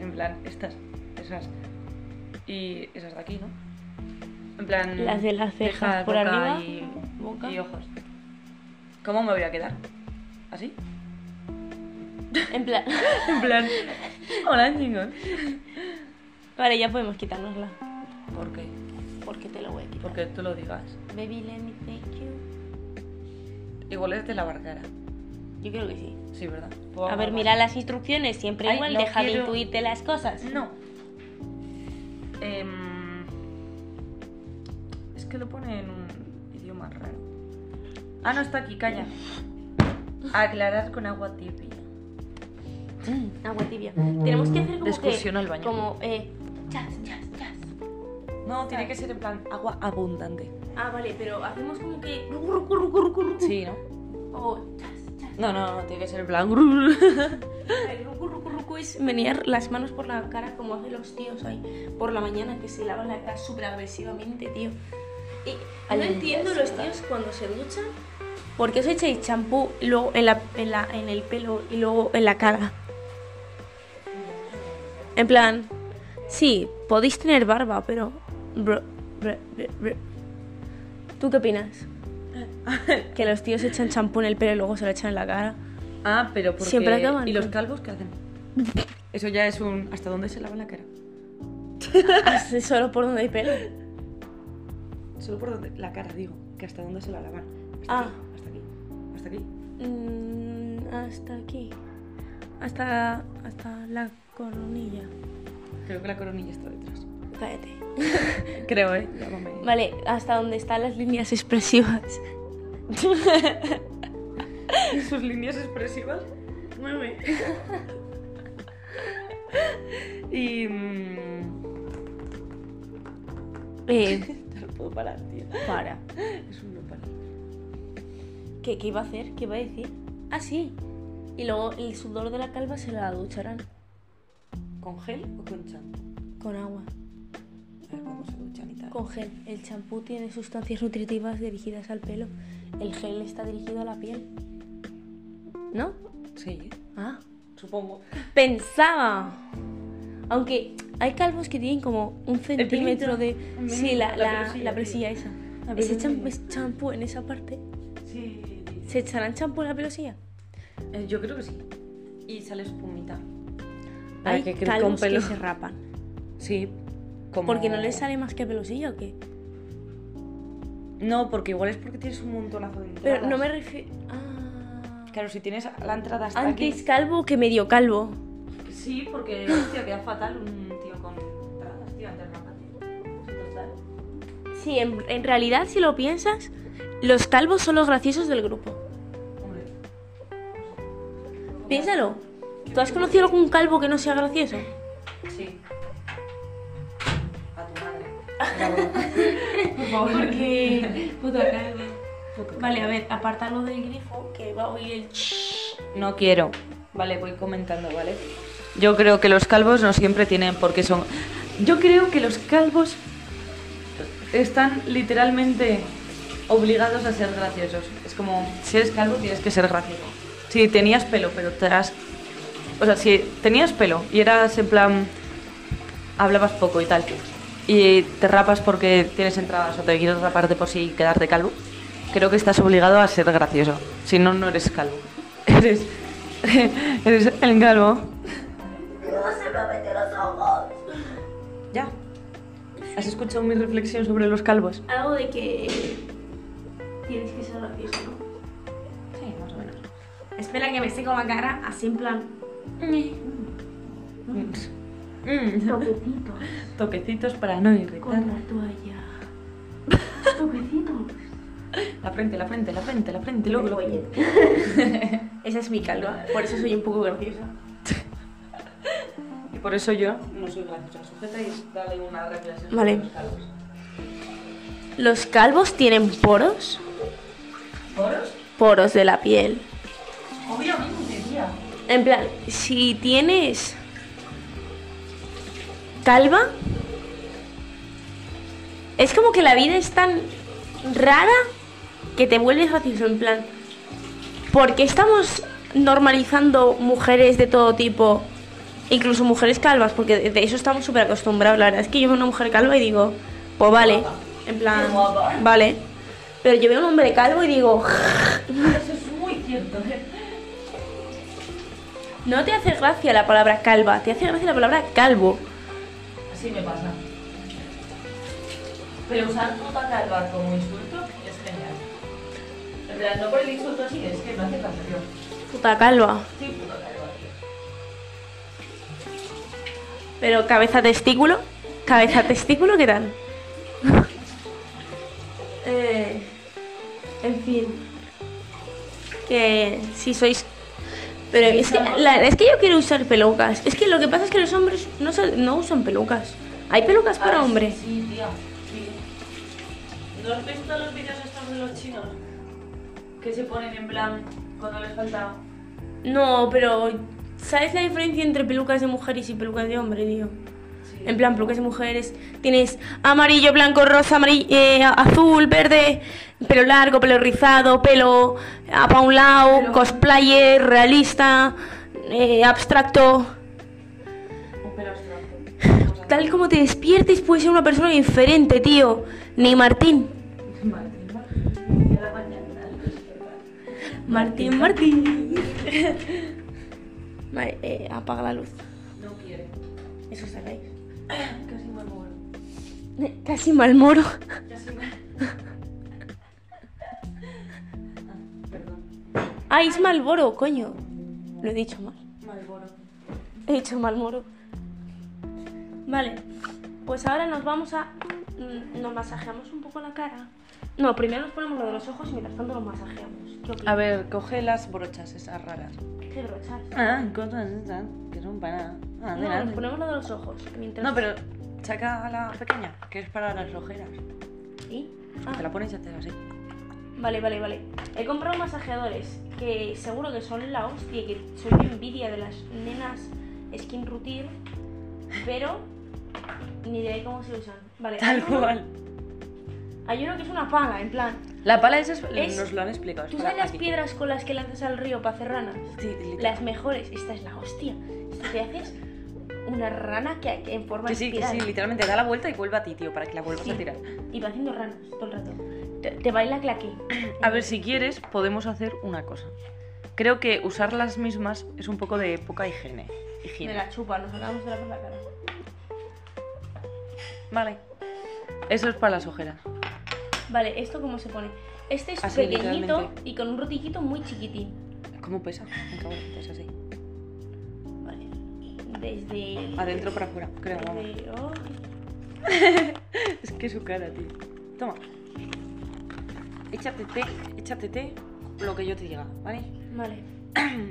S2: en plan estas, esas y esas de aquí, ¿no? En plan
S1: Las de las cejas por
S2: boca
S1: arriba,
S2: y,
S1: boca.
S2: y ojos. ¿Cómo me voy a quedar? ¿Así?
S1: En plan,
S2: En plan, hola chingón.
S1: vale, ya podemos quitárnosla.
S2: ¿Por qué?
S1: Porque te lo voy a quitar.
S2: Porque tú lo digas.
S1: Baby, let me thank you.
S2: Igual es de la barcara.
S1: Yo creo que sí.
S2: Sí, ¿verdad?
S1: A ver, mira las instrucciones, siempre
S2: Ay,
S1: igual,
S2: no
S1: deja de
S2: quiero-
S1: intuirte las cosas.
S2: No. Em, es que lo pone en un idioma raro. Ah, no está aquí, calla. Aclarar con agua tibia.
S1: Agua tibia. Tenemos que hacer como
S2: Excursión
S1: que,
S2: al baño.
S1: Como, eh, chas, chas, chas.
S2: No, tiene que ser en plan agua abundante.
S1: Ah, vale, pero hacemos como que... rucu, rucu, rucu, rucu, rucu.
S2: Sí, ¿no?
S1: O chas, chas.
S2: No, no, no, tiene que ser en plan.
S1: El rucu, rucu, rucu es menear las manos por la cara como hacen los tíos ahí por la mañana que se lavan la cara súper agresivamente, tío. Y
S4: Ay,
S1: no
S4: me
S1: entiendo los
S4: molesta.
S1: tíos cuando se duchan por qué os echáis champú luego en, la- en la- en el pelo y luego en la cara. En plan, sí, podéis tener barba, pero... bro, bro, bro, bro. ¿Tú qué opinas? Que los tíos echan champú en el pelo y luego se lo echan en la cara.
S2: Ah, pero porque...
S1: Siempre acaban
S2: ¿Y los
S1: con-
S2: calvos qué hacen? Eso ya es un... ¿Hasta dónde se lavan la cara?
S1: Así solo por donde hay pelo.
S2: Solo por donde... La cara, digo. Que hasta dónde se la lavan. Hasta
S1: Ah.
S2: aquí, hasta aquí, hasta aquí.
S1: Mm, hasta aquí. Hasta, hasta la coronilla.
S2: Creo que la coronilla está detrás.
S1: Cállate.
S2: Creo, ¿eh? Llámame.
S1: Vale, hasta donde están las líneas expresivas.
S2: Sus líneas expresivas. Meme. y... mm,
S1: Eh,
S2: No puedo parar, tío.
S1: para.
S2: Es un no parar.
S1: ¿Qué, ¿Qué iba a hacer? ¿Qué iba a decir? Ah, sí. Y luego el sudor de la calva se la ducharán
S2: ¿Con gel o con champú?
S1: con agua.
S2: A ver cómo se duchan y tal.
S1: Con gel. El champú tiene sustancias nutritivas dirigidas al pelo. El gel está dirigido a la piel. ¿No?
S2: Sí, ¿eh?
S1: Ah.
S2: supongo.
S1: Pensaba. Aunque hay calvos que tienen como un centímetro de.
S2: pelito, un
S1: Sí,
S2: mini- la
S1: la, la-
S2: pelusilla,
S1: la pelusilla esa.
S2: La
S1: Y se echan
S2: pelusilla.
S1: es champú en esa parte.
S2: Sí.
S1: ¿Se echarán champú en la pelusilla?
S2: Eh, Yo creo que sí. Y sale espumita.
S1: Hay
S2: que cre-
S1: calvos
S2: pelo.
S1: que se rapan.
S2: Sí. Como...
S1: Porque no les sale más que pelusilla o qué.
S2: No, porque igual es porque tienes un montonazo de entradas.
S1: Pero no me refiero. Ah.
S2: Claro, si tienes la entrada hasta
S1: Antes calvo que medio calvo.
S2: aquí. Sí, porque, hostia, queda fatal un tío con entradas, tío, antes rápate. Total.
S1: Sí, en, en realidad, si lo piensas, los calvos son los graciosos del grupo.
S2: Hombre.
S1: Piénsalo. ¿Tú has conocido algún calvo que no sea gracioso?
S2: Sí. A tu madre. Por favor.
S1: Porque. Puto calvo. Vale, a ver, apartarlo del grifo que va a oír el ch.
S2: No quiero. Vale, voy comentando, ¿vale? Yo creo que los calvos no siempre tienen por qué son. Yo creo que los calvos están literalmente obligados a ser graciosos. Es como, si eres calvo tienes que ser gracioso. Si tenías pelo, pero te has... O sea, si tenías pelo y eras en plan... Hablabas poco y tal. Y te rapas porque tienes entradas o te quieres raparte por si quedarte calvo. Creo que estás obligado a ser gracioso. Si no, no eres calvo. Eres... eres el calvo. Ya. ¿Has escuchado mi reflexión sobre los calvos?
S1: Algo de que. Tienes que ser gracioso, ¿no?
S2: Sí, más o menos.
S1: Espera que me seco la cara así en plan. Toquecito.
S2: Mm. Toquecitos para no irritar.
S1: Con la toalla.
S2: La frente, la frente, la frente, la frente, luego. luego.
S1: Esa es mi calva, por eso soy un poco graciosa.
S2: Y por eso yo no soy graciosa. Sujeta y dale una reflexión
S1: Vale.
S2: sobre los calvos.
S1: ¿Los calvos tienen poros?
S2: ¿Poros?
S1: Poros de la piel.
S2: Obviamente, tía.
S1: En plan, si tienes calva, es como que la vida es tan rara que te vuelves gracioso. En plan, ¿por qué estamos normalizando mujeres de todo tipo? Incluso mujeres calvas, porque de- de eso estamos súper acostumbrados. La verdad es que yo veo una mujer calva y digo, pues vale. En plan, vale. Pero yo veo un hombre calvo y digo,
S2: Eso es muy cierto. ¿eh?
S1: No te hace gracia la palabra calva, te hace gracia la palabra calvo.
S2: Así me pasa. Pero usar puta calva como insulto es genial. En plan, no por el insulto así, es que no hace caso yo.
S1: Puta calva.
S2: Sí, puta calva, tío.
S1: Pero cabeza testículo, cabeza testículo, ¿qué tal? Eh, en fin. Que si sois... Pero es que, la verdad es que yo quiero usar pelucas. Es que lo que pasa es que los hombres no, se- no usan pelucas. Hay pelucas para
S2: Ah,
S1: hombres.
S2: Sí, tía. Sí. ¿No has visto los vídeos estos de los chinos? Que se ponen en plan cuando les falta.
S1: No, pero ¿Sabes la diferencia entre pelucas de mujeres y pelucas de hombre, tío?
S2: Sí.
S1: En plan, pelucas de mujeres tienes amarillo, blanco, rosa, amarillo, azul, verde, pelo largo, pelo rizado, pelo a pa' un lado,
S2: Pelo-
S1: cosplayer, realista, eh, abstracto.
S2: Un pelo abstracto. Vamos a
S1: Tal como te despiertes puedes ser una persona diferente, tío. Ni Martín.
S2: ver. Martín, Martín, y a la mañana, al despertar.
S1: Martín, Martín. Vale, eh, apaga la luz.
S2: No quiere.
S1: Eso está ahí. Eh,
S2: Casi me muero.
S1: Casi malmoro.
S2: Casi me. Ah, Perdón.
S1: Ah, es malboro, coño. Lo he dicho mal.
S2: Malboro.
S1: He dicho malmoro. Vale, pues ahora nos vamos a... mm, Nos masajeamos un poco la cara. No, primero nos ponemos lo de los ojos y mientras tanto nos masajeamos. ¿Qué opinas?
S2: A ver, coge las brochas esas raras.
S1: Qué brochas.
S2: Ah, cosas esas que son para.
S1: No, nos ponemos lo de los ojos. Mientras...
S2: No, pero saca a la pequeña, que es para las ojeras.
S1: ¿Y?
S2: Te
S1: Ah,
S2: la pones y haces así.
S1: vale, vale, vale. He comprado masajeadores que seguro que son la hostia y que son la envidia de las nenas skin routine, pero ni diré cómo se usan. Vale, hay
S2: Tal
S1: uno-
S2: cual.
S1: Hay uno que es una pala, en plan...
S2: La pala esa es-
S1: Es-
S2: nos lo han explicado. es
S1: ¿Tú
S2: para
S1: sabes las
S2: aquí.
S1: piedras con las que lanzas al río para hacer ranas?
S2: Sí, literal.
S1: Las mejores. Esta es la hostia. Esta te haces una rana que que en forma
S2: Que
S1: de
S2: sí, que sí, literalmente da la vuelta y vuelve a ti, tío, para que la vuelvas a tirar.
S1: Y va haciendo ranas todo el rato. Te, te baila claqué.
S2: A ver, si quieres, podemos hacer una cosa. Creo que usar las mismas es un poco de poca higiene.
S1: Me
S2: higiene.
S1: la chupa, nos acabamos de la por la cara.
S2: Vale. Eso es para las ojeras.
S1: Vale, ¿esto cómo se pone? Este es
S2: Así,
S1: pequeñito
S2: literalmente.
S1: y con un rotillito muy chiquitín.
S2: ¿Cómo pesa? Me cago en- Es así.
S1: Vale. Desde...
S2: Adentro para afuera, creo. vamos.
S1: desde- oh,
S2: Es que su cara, tío. Toma. Échate té, échate té, lo que yo te diga, ¿vale?
S1: Vale.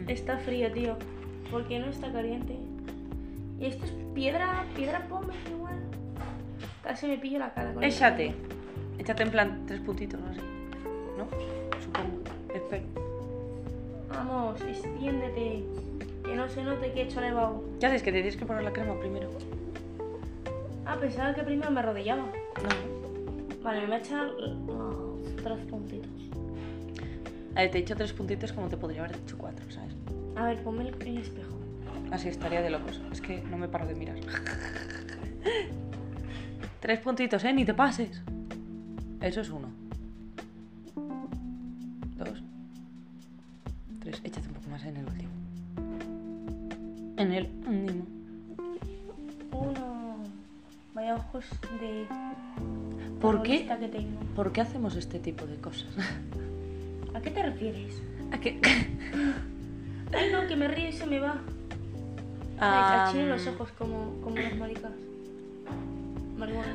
S1: Está frío, tío. ¿Por qué no está caliente? Y esto es piedra, piedra pómez igual. Casi me pillo la cara con esto.
S2: Échate. Échate en plan tres puntitos, así. ¿No? Supongo. Espero.
S1: Vamos, extiéndete. Que no se note que he hecho nevado.
S2: ¿Qué haces? Que te tienes que poner la crema primero.
S1: Ah, pensaba que primero me arrodillaba.
S2: No.
S1: Vale, me voy a echar no, tres puntitos.
S2: A ver, te he hecho tres puntitos como te podría haber hecho cuatro, ¿sabes?
S1: A ver, ponme el, el espejo.
S2: Así estaría de locos. Es que no me paro de mirar. Tres puntitos, ¿eh? Ni te pases. Eso es uno. Dos. Tres. Échate un poco más en el último. En el último.
S1: Uno. Vaya ojos de.
S2: ¿Por qué?
S1: terrorista que tengo.
S2: ¿Por qué hacemos este tipo de cosas?
S1: ¿A qué te refieres?
S2: ¿A qué?
S1: Ay, no, que me río y se me va. Ay,
S2: Ah,
S1: achino
S2: mm.
S1: los ojos como, como las maricas. Marihuanas,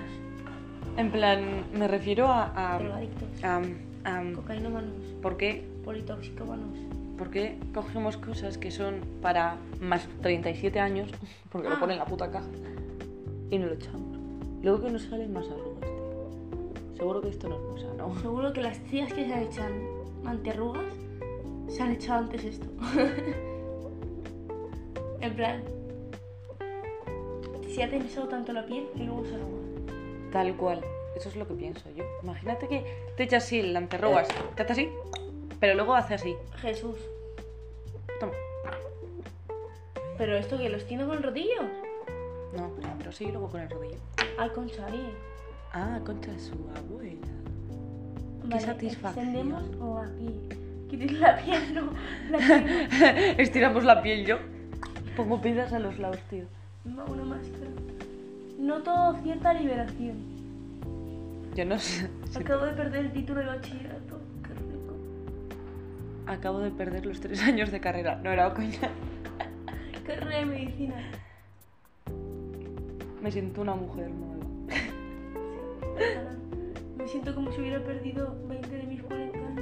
S2: En plan, me refiero a... a,
S1: drogadictos,
S2: a- a-
S1: cocainómanos,
S2: ¿Por qué
S1: politóxicómanos.
S2: ¿Por qué cogemos cosas que son para más 37 años? Porque lo
S1: Ah.
S2: ponen en la puta caja. Y no lo echamos. Luego que nos salen más arrugas. tío. Seguro que esto no es cosa, ¿no?
S1: Seguro que las tías que se han echado anterrugas se han echado antes esto. en plan, si ha tensado tanto la piel y luego se arruga.
S2: Tal cual. Eso es lo que pienso yo. Imagínate que te echas así el anterrogas. Te hace así, pero luego hace así.
S1: Jesús,
S2: Toma.
S1: pero esto que los tiene con el rodillo.
S2: No, pero, pero sí, luego con el rodillo.
S1: Ay, concha, bien.
S2: Ah, concha de su abuela. Qué
S1: Vale,
S2: satisfacción.
S1: Extendemos o aquí. Quites la piel, no. La piel.
S2: Estiramos la piel yo. Pongo piedras a los lados, tío.
S1: no. Una máscara. Noto cierta liberación.
S2: Yo no sé.
S1: Acabo de perder el título de bachillerato. Qué rico.
S2: Acabo de perder los tres años de carrera. No era coña.
S1: Carrera de medicina.
S2: Me siento una mujer nueva.
S1: Ojalá. Me siento como si hubiera perdido 20 de mis 40 años.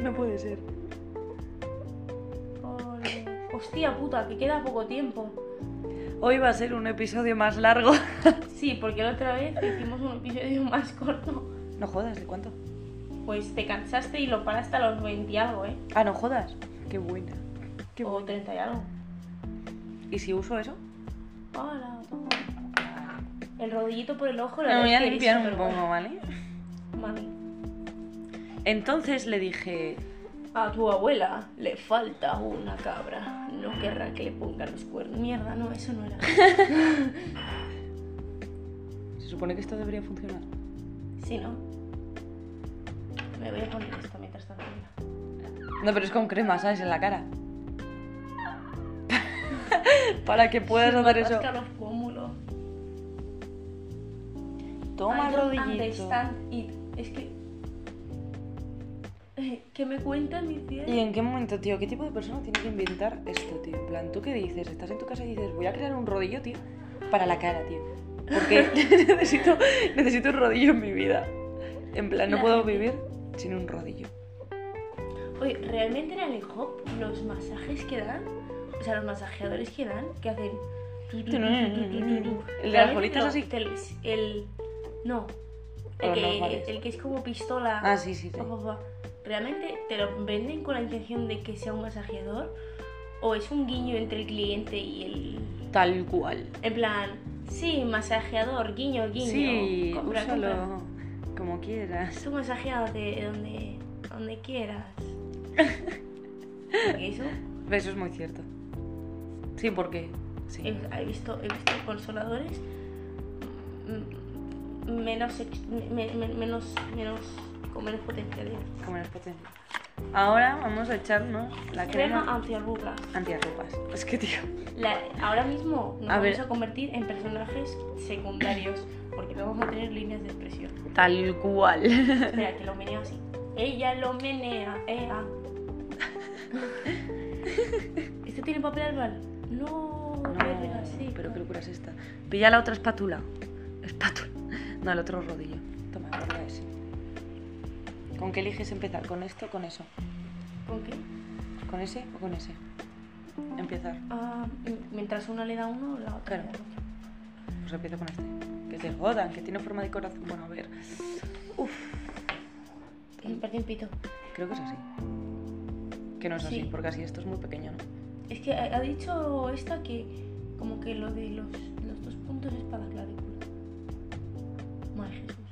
S2: No puede ser.
S1: Ole. Hostia puta, que queda poco tiempo.
S2: Hoy va a ser un episodio más largo.
S1: Sí, porque la otra vez hicimos un episodio más corto.
S2: No jodas, ¿de cuánto?
S1: Pues te cansaste y lo paraste a los 20 y algo, ¿eh?
S2: Ah, no jodas. Qué buena. Qué
S1: o 30 y algo.
S2: ¿Y si uso eso?
S1: Hola, toma. El rodillito por el ojo, la
S2: Me
S1: verdad
S2: voy a
S1: es que es
S2: limpiar un
S1: superguay.
S2: poco, ¿vale?
S1: Mami,
S2: Entonces le dije,
S1: A tu abuela le falta una cabra. No querrá que le ponga los cuernos. Mierda, no, eso no era.
S2: se supone que esto debería funcionar.
S1: Si no. Me voy a poner esto mientras tanto. mira.
S2: No, pero es con crema, ¿sabes? En la cara. Para que puedas hacer eso.
S1: Rasca los pómulos.
S2: Toma
S1: I
S2: el
S1: don't
S2: rodillito.
S1: understand it. Es que. Eh, ¿Qué me cuentan mis pies?
S2: ¿Y en qué momento, tío? ¿Qué tipo de persona tiene que inventar esto, tío? En plan, ¿tú qué dices? Estás en tu casa y dices, voy a crear un rodillo, tío, para la cara, tío. Porque necesito, necesito un rodillo en mi vida. En plan, no
S1: La
S2: puedo
S1: gente-
S2: vivir sin un rodillo.
S1: Oye, ¿realmente en el hip hop los masajes que dan? O sea, los masajeadores que dan, que hacen. tu, tu, tu, tu, tu, tu, tu.
S2: El de las
S1: ¿Realmente
S2: bolitas
S1: lo-
S2: así?
S1: te- El. el- no.
S2: O
S1: El
S2: los
S1: que,
S2: normales.
S1: el que es como pistola.
S2: Ah, sí, sí, sí.
S1: Pa, pa, pa. ¿Realmente te lo venden con la intención de que sea un masajeador? ¿O es un guiño entre el cliente y el.
S2: Tal cual.
S1: En plan, sí, masajeador, guiño, guiño.
S2: Sí,
S1: compra,
S2: úsalo
S1: compra.
S2: como quieras.
S1: Tú masajeado de donde, donde quieras. Porque eso
S2: Eso es muy cierto. Sí, porque...
S1: he,
S2: Sí.
S1: he visto, he visto consoladores mm, menos, ex- me- me- menos, menos, con menos potencia. digamos.
S2: Como en el potencia. Ahora vamos a echarnos la
S1: Crema
S2: crema
S1: antiarrugas.
S2: antiarrugas. Es que, tío...
S1: La- ahora mismo nos
S2: A
S1: vamos
S2: ver.
S1: a convertir en personajes secundarios porque no vamos a tener líneas de expresión.
S2: Tal cual.
S1: Espera, que lo meneo así. Ella lo menea, ea. ¿Esto ¿Este tiene papel albal? No, verga, sí.
S2: pero qué locura es esta. Pilla la otra espátula. Espátula. No, el otro rodillo. Toma, guarda ese. ¿Con qué eliges empezar? ¿Con esto o con eso?
S1: ¿Con qué?
S2: ¿Con ese o con ese? Empezar.
S1: Ah, m- mientras una le da uno, la otra le da
S2: Claro.
S1: otro.
S2: Pues empiezo con este. Que te jodan, que tiene forma de corazón. Bueno, a ver.
S1: Me perdí un pito.
S2: Creo que es así. Que no es así,
S1: Sí.
S2: porque así esto es muy pequeño, ¿no?
S1: Es que ha ha dicho esta que como que lo de los, los dos puntos es para la clavícula. Madre Jesús.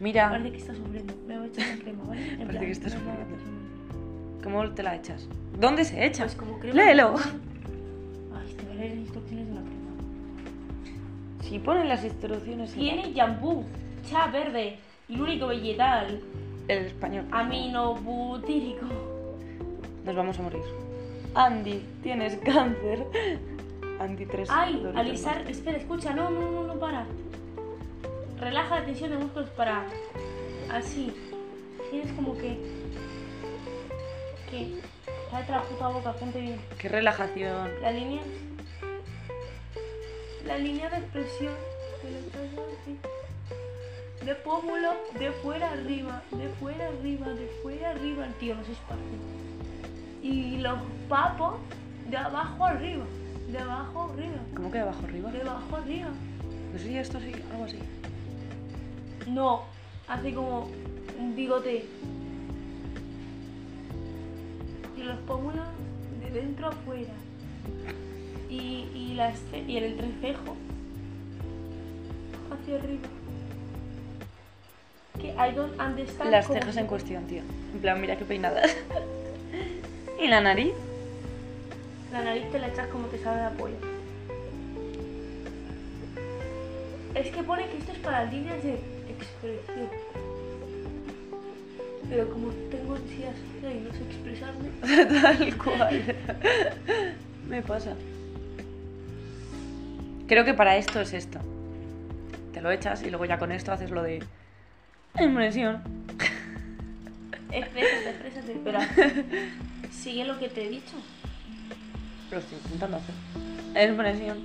S2: Mira,
S1: Parece que está sufriendo. Me voy a echar la crema, ¿vale? En
S2: Ah. Parece que está
S1: no, no, no,
S2: sufriendo.
S1: no, no.
S2: ¿cómo te la echas? ¿Dónde se echa?
S1: Pues como crema.
S2: ¡Léelo!
S1: Ay, te voy a leer las instrucciones de la crema.
S2: Si ponen las instrucciones en
S1: Tiene jambú, chá verde, el único vegetal,
S2: el español.
S1: aminobutírico.
S2: Nos vamos a morir. Andy, tienes cáncer. Andy 3.
S1: Ay, alisar, espera, escucha, no, no, no, no, para. Relaja la tensión de músculos para. Así. Tienes como que. Que. Cállate la puta boca, ponte bien.
S2: Qué relajación.
S1: La línea. La línea de expresión. que lo estás haciendo. De pómulo, de fuera arriba, de fuera arriba, de fuera arriba, tío, no se esparce. Y los papos de abajo arriba, de abajo arriba,
S2: ¿Cómo que de abajo arriba?
S1: de abajo arriba.
S2: No sería esto así, algo así.
S1: No, hace como un bigote. Y los pómulos de dentro afuera. Y, y, las ce- y el entrecejo hacia arriba. Que I don't understand.
S2: Las
S1: cómo
S2: cejas
S1: se-
S2: en cuestión, tío. En plan, mira qué peinadas. ¿Y la nariz?
S1: La nariz te la echas como te sale la polla. Es que pone que esto es para líneas de expresión. Pero como tengo ansiedad social y no sé expresarme,
S2: Tal cual. Me pasa. Creo que para esto es esto. Te lo echas y luego ya con esto haces lo de... Impresión.
S1: exprésate, exprésate. Espera. Sigue lo que te he dicho.
S2: Lo estoy intentando hacer. Impresión.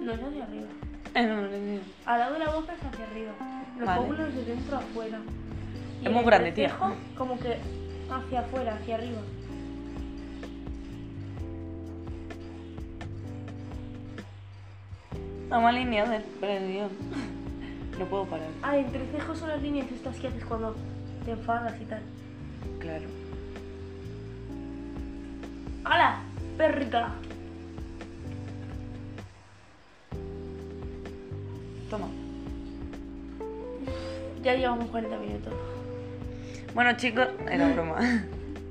S1: No es hacia arriba.
S2: Impresión.
S1: Al lado de la boca es hacia arriba. Los
S2: Vale.
S1: pómulos de dentro a afuera.
S2: Es
S1: el
S2: muy grande, tía.
S1: entrecejo Como que hacia afuera, hacia arriba.
S2: La más línea de expresión.
S5: No puedo parar.
S1: Ah, entre cejos son las líneas estas que haces cuando te enfadas y tal.
S2: Claro.
S1: ¡Hala! ¡Perrita!
S2: Toma.
S1: Ya llevamos 40 minutos.
S2: Bueno, chicos, era broma.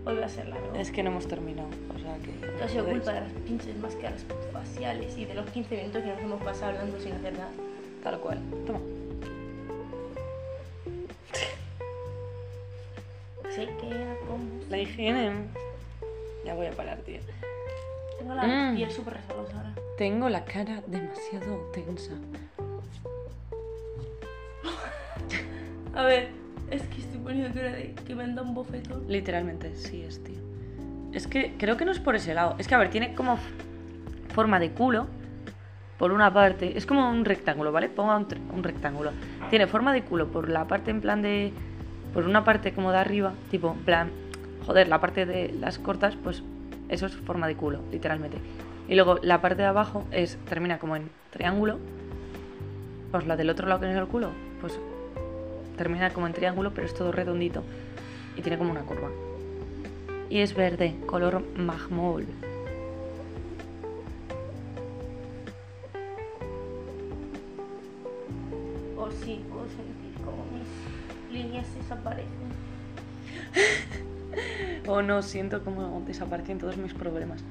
S1: Hoy va a ser largo.
S2: Es que no hemos terminado. O sea que.
S1: No ha sido
S2: podéis-
S1: culpa de las pinches máscaras faciales y de los 15 minutos que nos hemos pasado hablando sin hacer nada.
S2: Tal cual. Toma.
S1: Se queda como...
S2: La higiene. Ya voy a parar, tío.
S1: Tengo la
S2: Mm.
S1: piel súper resbalosa ahora.
S2: Tengo la cara demasiado tensa.
S1: A ver, es que estoy poniendo cara de que me han dado un bofetón.
S2: Literalmente, sí es, tío. Es que creo que no es por ese lado. Es que, a ver, tiene como f- forma de culo, por una parte. Es como un rectángulo, ¿vale? Ponga un, tre- un rectángulo. Tiene forma de culo por la parte en plan de... Por una parte como de arriba, tipo, en plan... Joder, la parte de las cortas, pues eso es forma de culo, literalmente. Y luego la parte de abajo es termina como en triángulo. Pues la del otro lado que no es el culo, pues termina como en triángulo, pero es todo redondito. Y tiene como una curva y es verde, color mahmol.
S1: O sí, puedo sentir como mis líneas desaparecen.
S2: Oh no, siento como desaparecen todos mis problemas.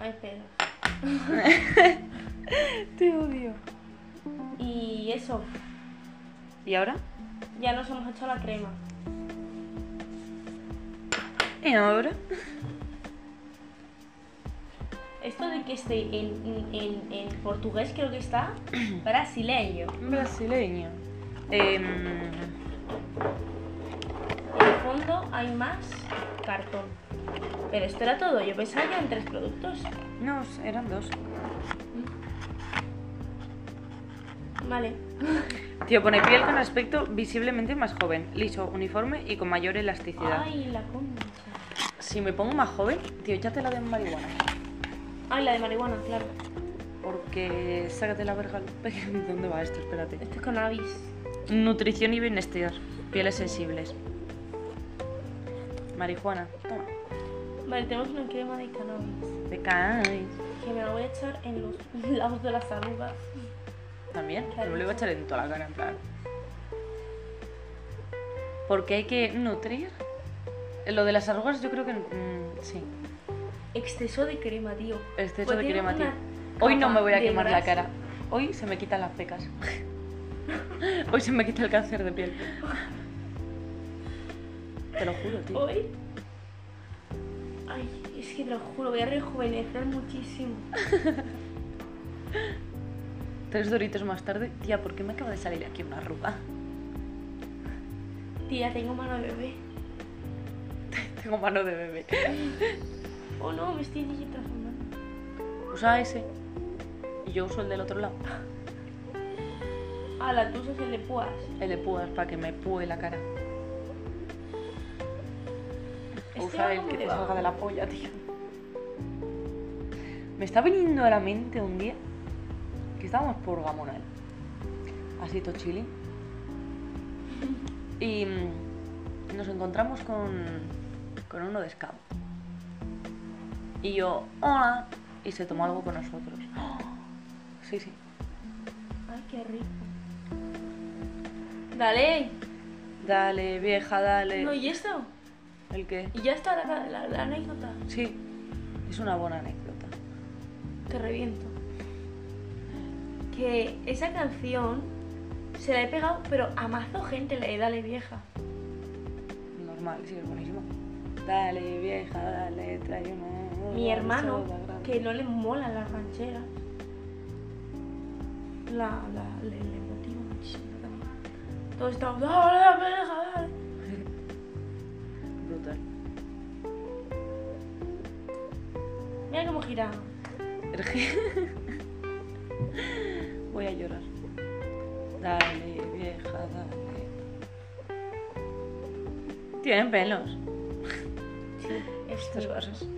S1: Ay, pedo.
S2: Te odio.
S1: Y eso,
S2: ¿Y ahora?
S1: ya nos hemos hecho la crema.
S2: ¿Y ahora?
S1: Esto de que esté en, en, en portugués creo que está brasileño.
S2: Brasileño. Em,
S1: En el fondo hay más cartón. Pero esto era todo, yo pensaba que eran tres productos.
S2: no, eran dos.
S1: Vale.
S2: Tío, pone piel con aspecto visiblemente más joven, liso, uniforme y con mayor elasticidad.
S1: Ay, la concha.
S2: Si me pongo más joven, tío, ya te la den marihuana.
S1: Ay, la de marihuana, claro.
S2: Porque sácate la verga. Lupe. ¿Dónde va esto? Espérate.
S1: Esto es cannabis.
S2: Nutrición y bienestar. Pieles sensibles. Marihuana. Toma.
S1: Vale, tenemos una crema de cannabis.
S2: Te caes.
S1: Que me la voy a echar en los lados de las arrugas.
S2: También,
S1: Claro.
S2: no le iba a echar en toda la cara, en plan. Porque hay que nutrir. Lo de las arrugas, yo creo que. mm, sí,
S1: Exceso de crema, tío.
S2: este hecho
S1: Pues
S2: de
S1: tiene
S2: crema, tío.
S1: una
S2: Hoy no
S1: capa
S2: me voy a
S1: de
S2: quemar la
S1: grasa.
S2: cara. Hoy se me quitan las pecas. Hoy se me quita el cáncer de piel. Te lo juro, tío.
S1: Hoy. Ay, es que te lo juro, voy a rejuvenecer muchísimo.
S2: Tres doritos más tarde, tía, ¿por qué me acaba de salir aquí una arruga?
S1: Tía, tengo mano de bebé.
S2: Tengo mano de bebé.
S1: Oh no, me estoy transformando.
S2: Usa ese. Y yo uso el del otro lado.
S1: Ah, la tuya es el de púas.
S2: El de púas para que me púe la cara.
S1: Estoy
S2: Usa el
S1: como
S2: que te
S1: debajo.
S2: salga de la polla, tío. Me está viniendo a la mente un día que estábamos por Gamonal. Así todo chili. Y mm, nos encontramos con, con uno de Scout. Y yo, hola. Y se tomó algo con nosotros. Sí, sí.
S1: Ay, qué rico. Dale.
S2: Dale, vieja, dale.
S1: No, ¿y esto?
S2: ¿El qué?
S1: Y ya está la, la- la anécdota.
S2: Sí, es una buena anécdota.
S1: Te reviento. Que esa canción se la he pegado, pero a mazo gente le he dale vieja.
S2: Normal, sí, es buenísimo. Dale, vieja, dale, trae una.
S1: Mi
S2: una
S1: hermano,
S2: soda grande.
S1: que no le mola las rancheras, la, la, le, le motiva muchísimo también. Todos estamos, dale, vieja, dale.
S2: Brutal.
S1: Mira cómo gira.
S2: Voy a llorar. Dale, vieja, dale. Tienen pelos.
S1: Sí, esto
S2: Estas cosas.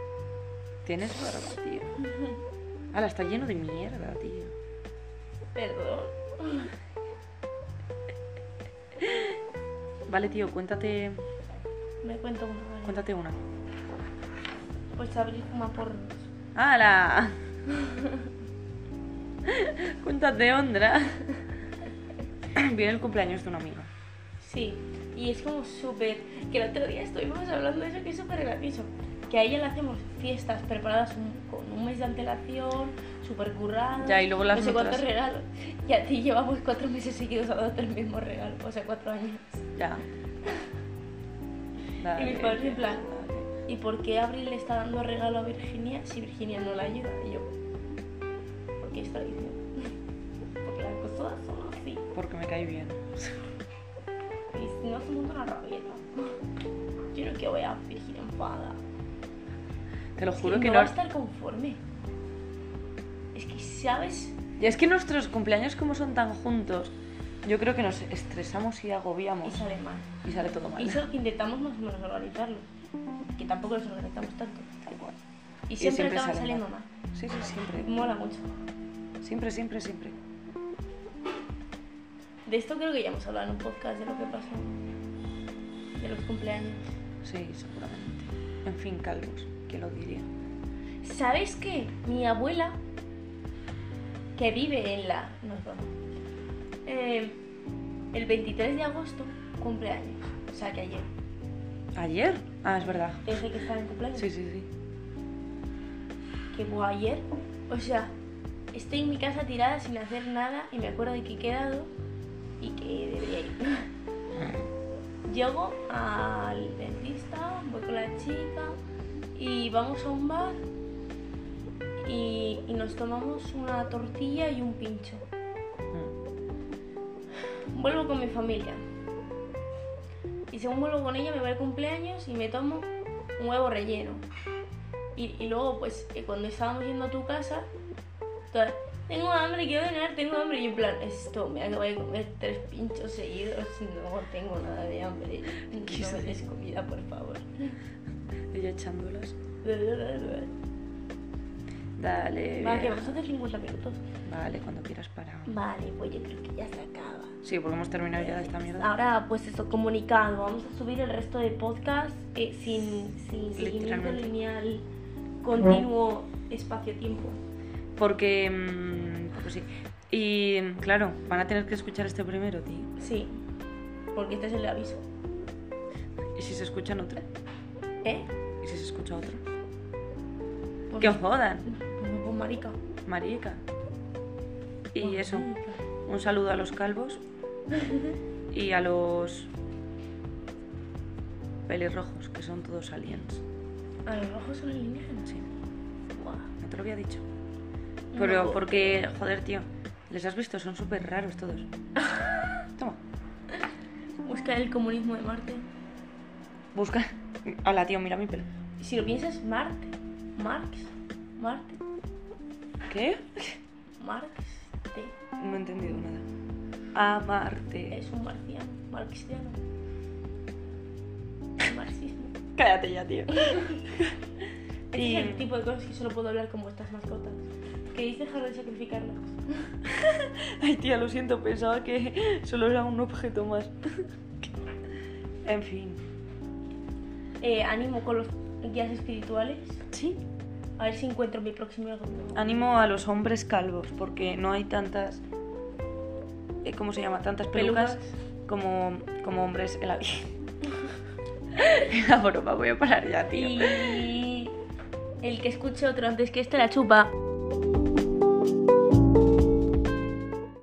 S2: Tienes barba, tío. Ala, está lleno de mierda, tío.
S1: Perdón.
S2: Vale, tío, cuéntate,
S1: Me cuento una, vale.
S2: cuéntate una.
S1: Pues abrir fuma porros.
S2: ¡Hala! cuéntate otra. Viene el cumpleaños de un amigo.
S1: Sí, y es como súper. Que el otro día estuvimos hablando de eso que es súper gracioso. Que a ella le hacemos fiestas preparadas un- con un mes de antelación, súper curradas.
S2: Ya, y luego las
S1: No sé cuántos
S2: nuestras.
S1: regalos. Y a ti llevamos cuatro meses seguidos a darte el mismo regalo, o sea, cuatro años.
S2: Ya. Dale,
S1: mis padres en plan,
S2: dale.
S1: ¿Y por qué Abril le está dando regalo a Virginia si Virginia no la ayuda? Y yo, porque es tradición. Porque las cosas son así.
S2: Porque me cae bien.
S1: Y si no, se monta una rabieta. Yo no quiero ver a Virginia enfadada.
S2: Te lo
S1: Es
S2: juro que,
S1: no
S2: no.
S1: va a estar conforme. Es que, ¿sabes?
S2: Y es que nuestros cumpleaños, como son tan juntos, yo creo que nos estresamos y
S1: Y
S2: agobiamos.
S1: sale mal.
S2: Y sale todo mal.
S1: Y eso que intentamos más o menos organizarlo. Que tampoco los organizamos tanto.
S2: Tal cual.
S1: Y siempre,
S2: siempre
S1: acaban
S2: sale
S1: saliendo
S2: mal.
S1: mal.
S2: Sí, sí, siempre.
S1: Mola mucho.
S2: Siempre, siempre, siempre.
S1: De esto creo que ya hemos hablado en un podcast de lo que pasó. De los cumpleaños.
S2: Sí, seguramente. En fin, calvos, que lo diría.
S1: ¿Sabes qué? Mi abuela, que vive en la... No es broma. Eh, el 23 de agosto, cumpleaños. O sea, que ayer.
S2: ¿Ayer? Ah, es verdad.
S1: Desde que estaba en cumpleaños.
S2: Sí, sí, sí.
S1: Que fue ayer. O sea, estoy en mi casa tirada sin hacer nada y me acuerdo de que he quedado y que debería ir. Llego al dentista, voy con la chica y vamos a un bar y, y nos tomamos una tortilla y un pincho.
S2: Mm.
S1: Vuelvo con mi familia. Y según vuelvo con ella, me voy al cumpleaños y me tomo un huevo relleno. Y, y luego, pues, eh, cuando estábamos yendo a tu casa, todas, tengo hambre, quiero cenar, tengo hambre. Y en plan, esto, me acabo de comer tres pinchos seguidos, no tengo nada de hambre.
S2: ¿Qué
S1: No me
S2: es
S1: des comida, por favor.
S2: Ella echándolas. Dale.
S1: Vale, que vamos a hacer 50 minutos.
S2: Vale, cuando quieras para.
S1: Vale, pues yo creo que ya se acaba.
S2: Sí, porque hemos terminado ya de esta mierda.
S1: Ahora, pues eso, comunicado. Vamos a subir el resto de podcast eh, sin, sin seguimiento
S2: Literalmente.
S1: lineal, continuo, espacio-tiempo.
S2: Porque. mm, porque sí. Y claro, van a tener que escuchar este primero, tío.
S1: Sí, porque este es el aviso.
S2: ¿Y si se escuchan otro?
S1: ¿Eh?
S2: ¿Y si se escucha otro?
S1: Pues,
S2: ¡Que os jodan!
S1: no, pues, marica.
S2: Marica. Y eso.
S1: Marica.
S2: Un saludo a los calvos. Y a los. pelirrojos, que son todos aliens.
S1: A los rojos son alienígenas.
S2: Sí,
S1: Buah.
S2: no te lo había dicho. Pero
S1: No.
S2: porque, joder, tío, les has visto, son súper raros todos. Toma,
S1: Busca el comunismo de Marte.
S2: busca. Hola, tío, mira mi pelo.
S1: Si lo piensas, Marte. Marx. Marte.
S2: ¿Qué?
S1: Marx. Te-
S2: No he entendido nada. Amarte.
S1: Es un marciano. Marxiano. Marxismo.
S2: Cállate ya, tío.
S1: Ese es
S2: Y-
S1: el tipo de cosas que solo puedo hablar con vuestras mascotas. ¿Queréis dejar de sacrificarlas?
S2: Ay, tía, lo siento, pensaba que solo era un objeto más. en fin.
S1: Eh, ánimo con los guías espirituales.
S2: Sí.
S1: A ver si encuentro mi próximo grupo.
S2: Animo a los hombres calvos, porque no hay tantas. eh, ¿Cómo se llama? Tantas pelucas, Como, como hombres en la vida. Era broma, voy a parar ya, tío.
S1: Y el que escuche otro antes que este la chupa.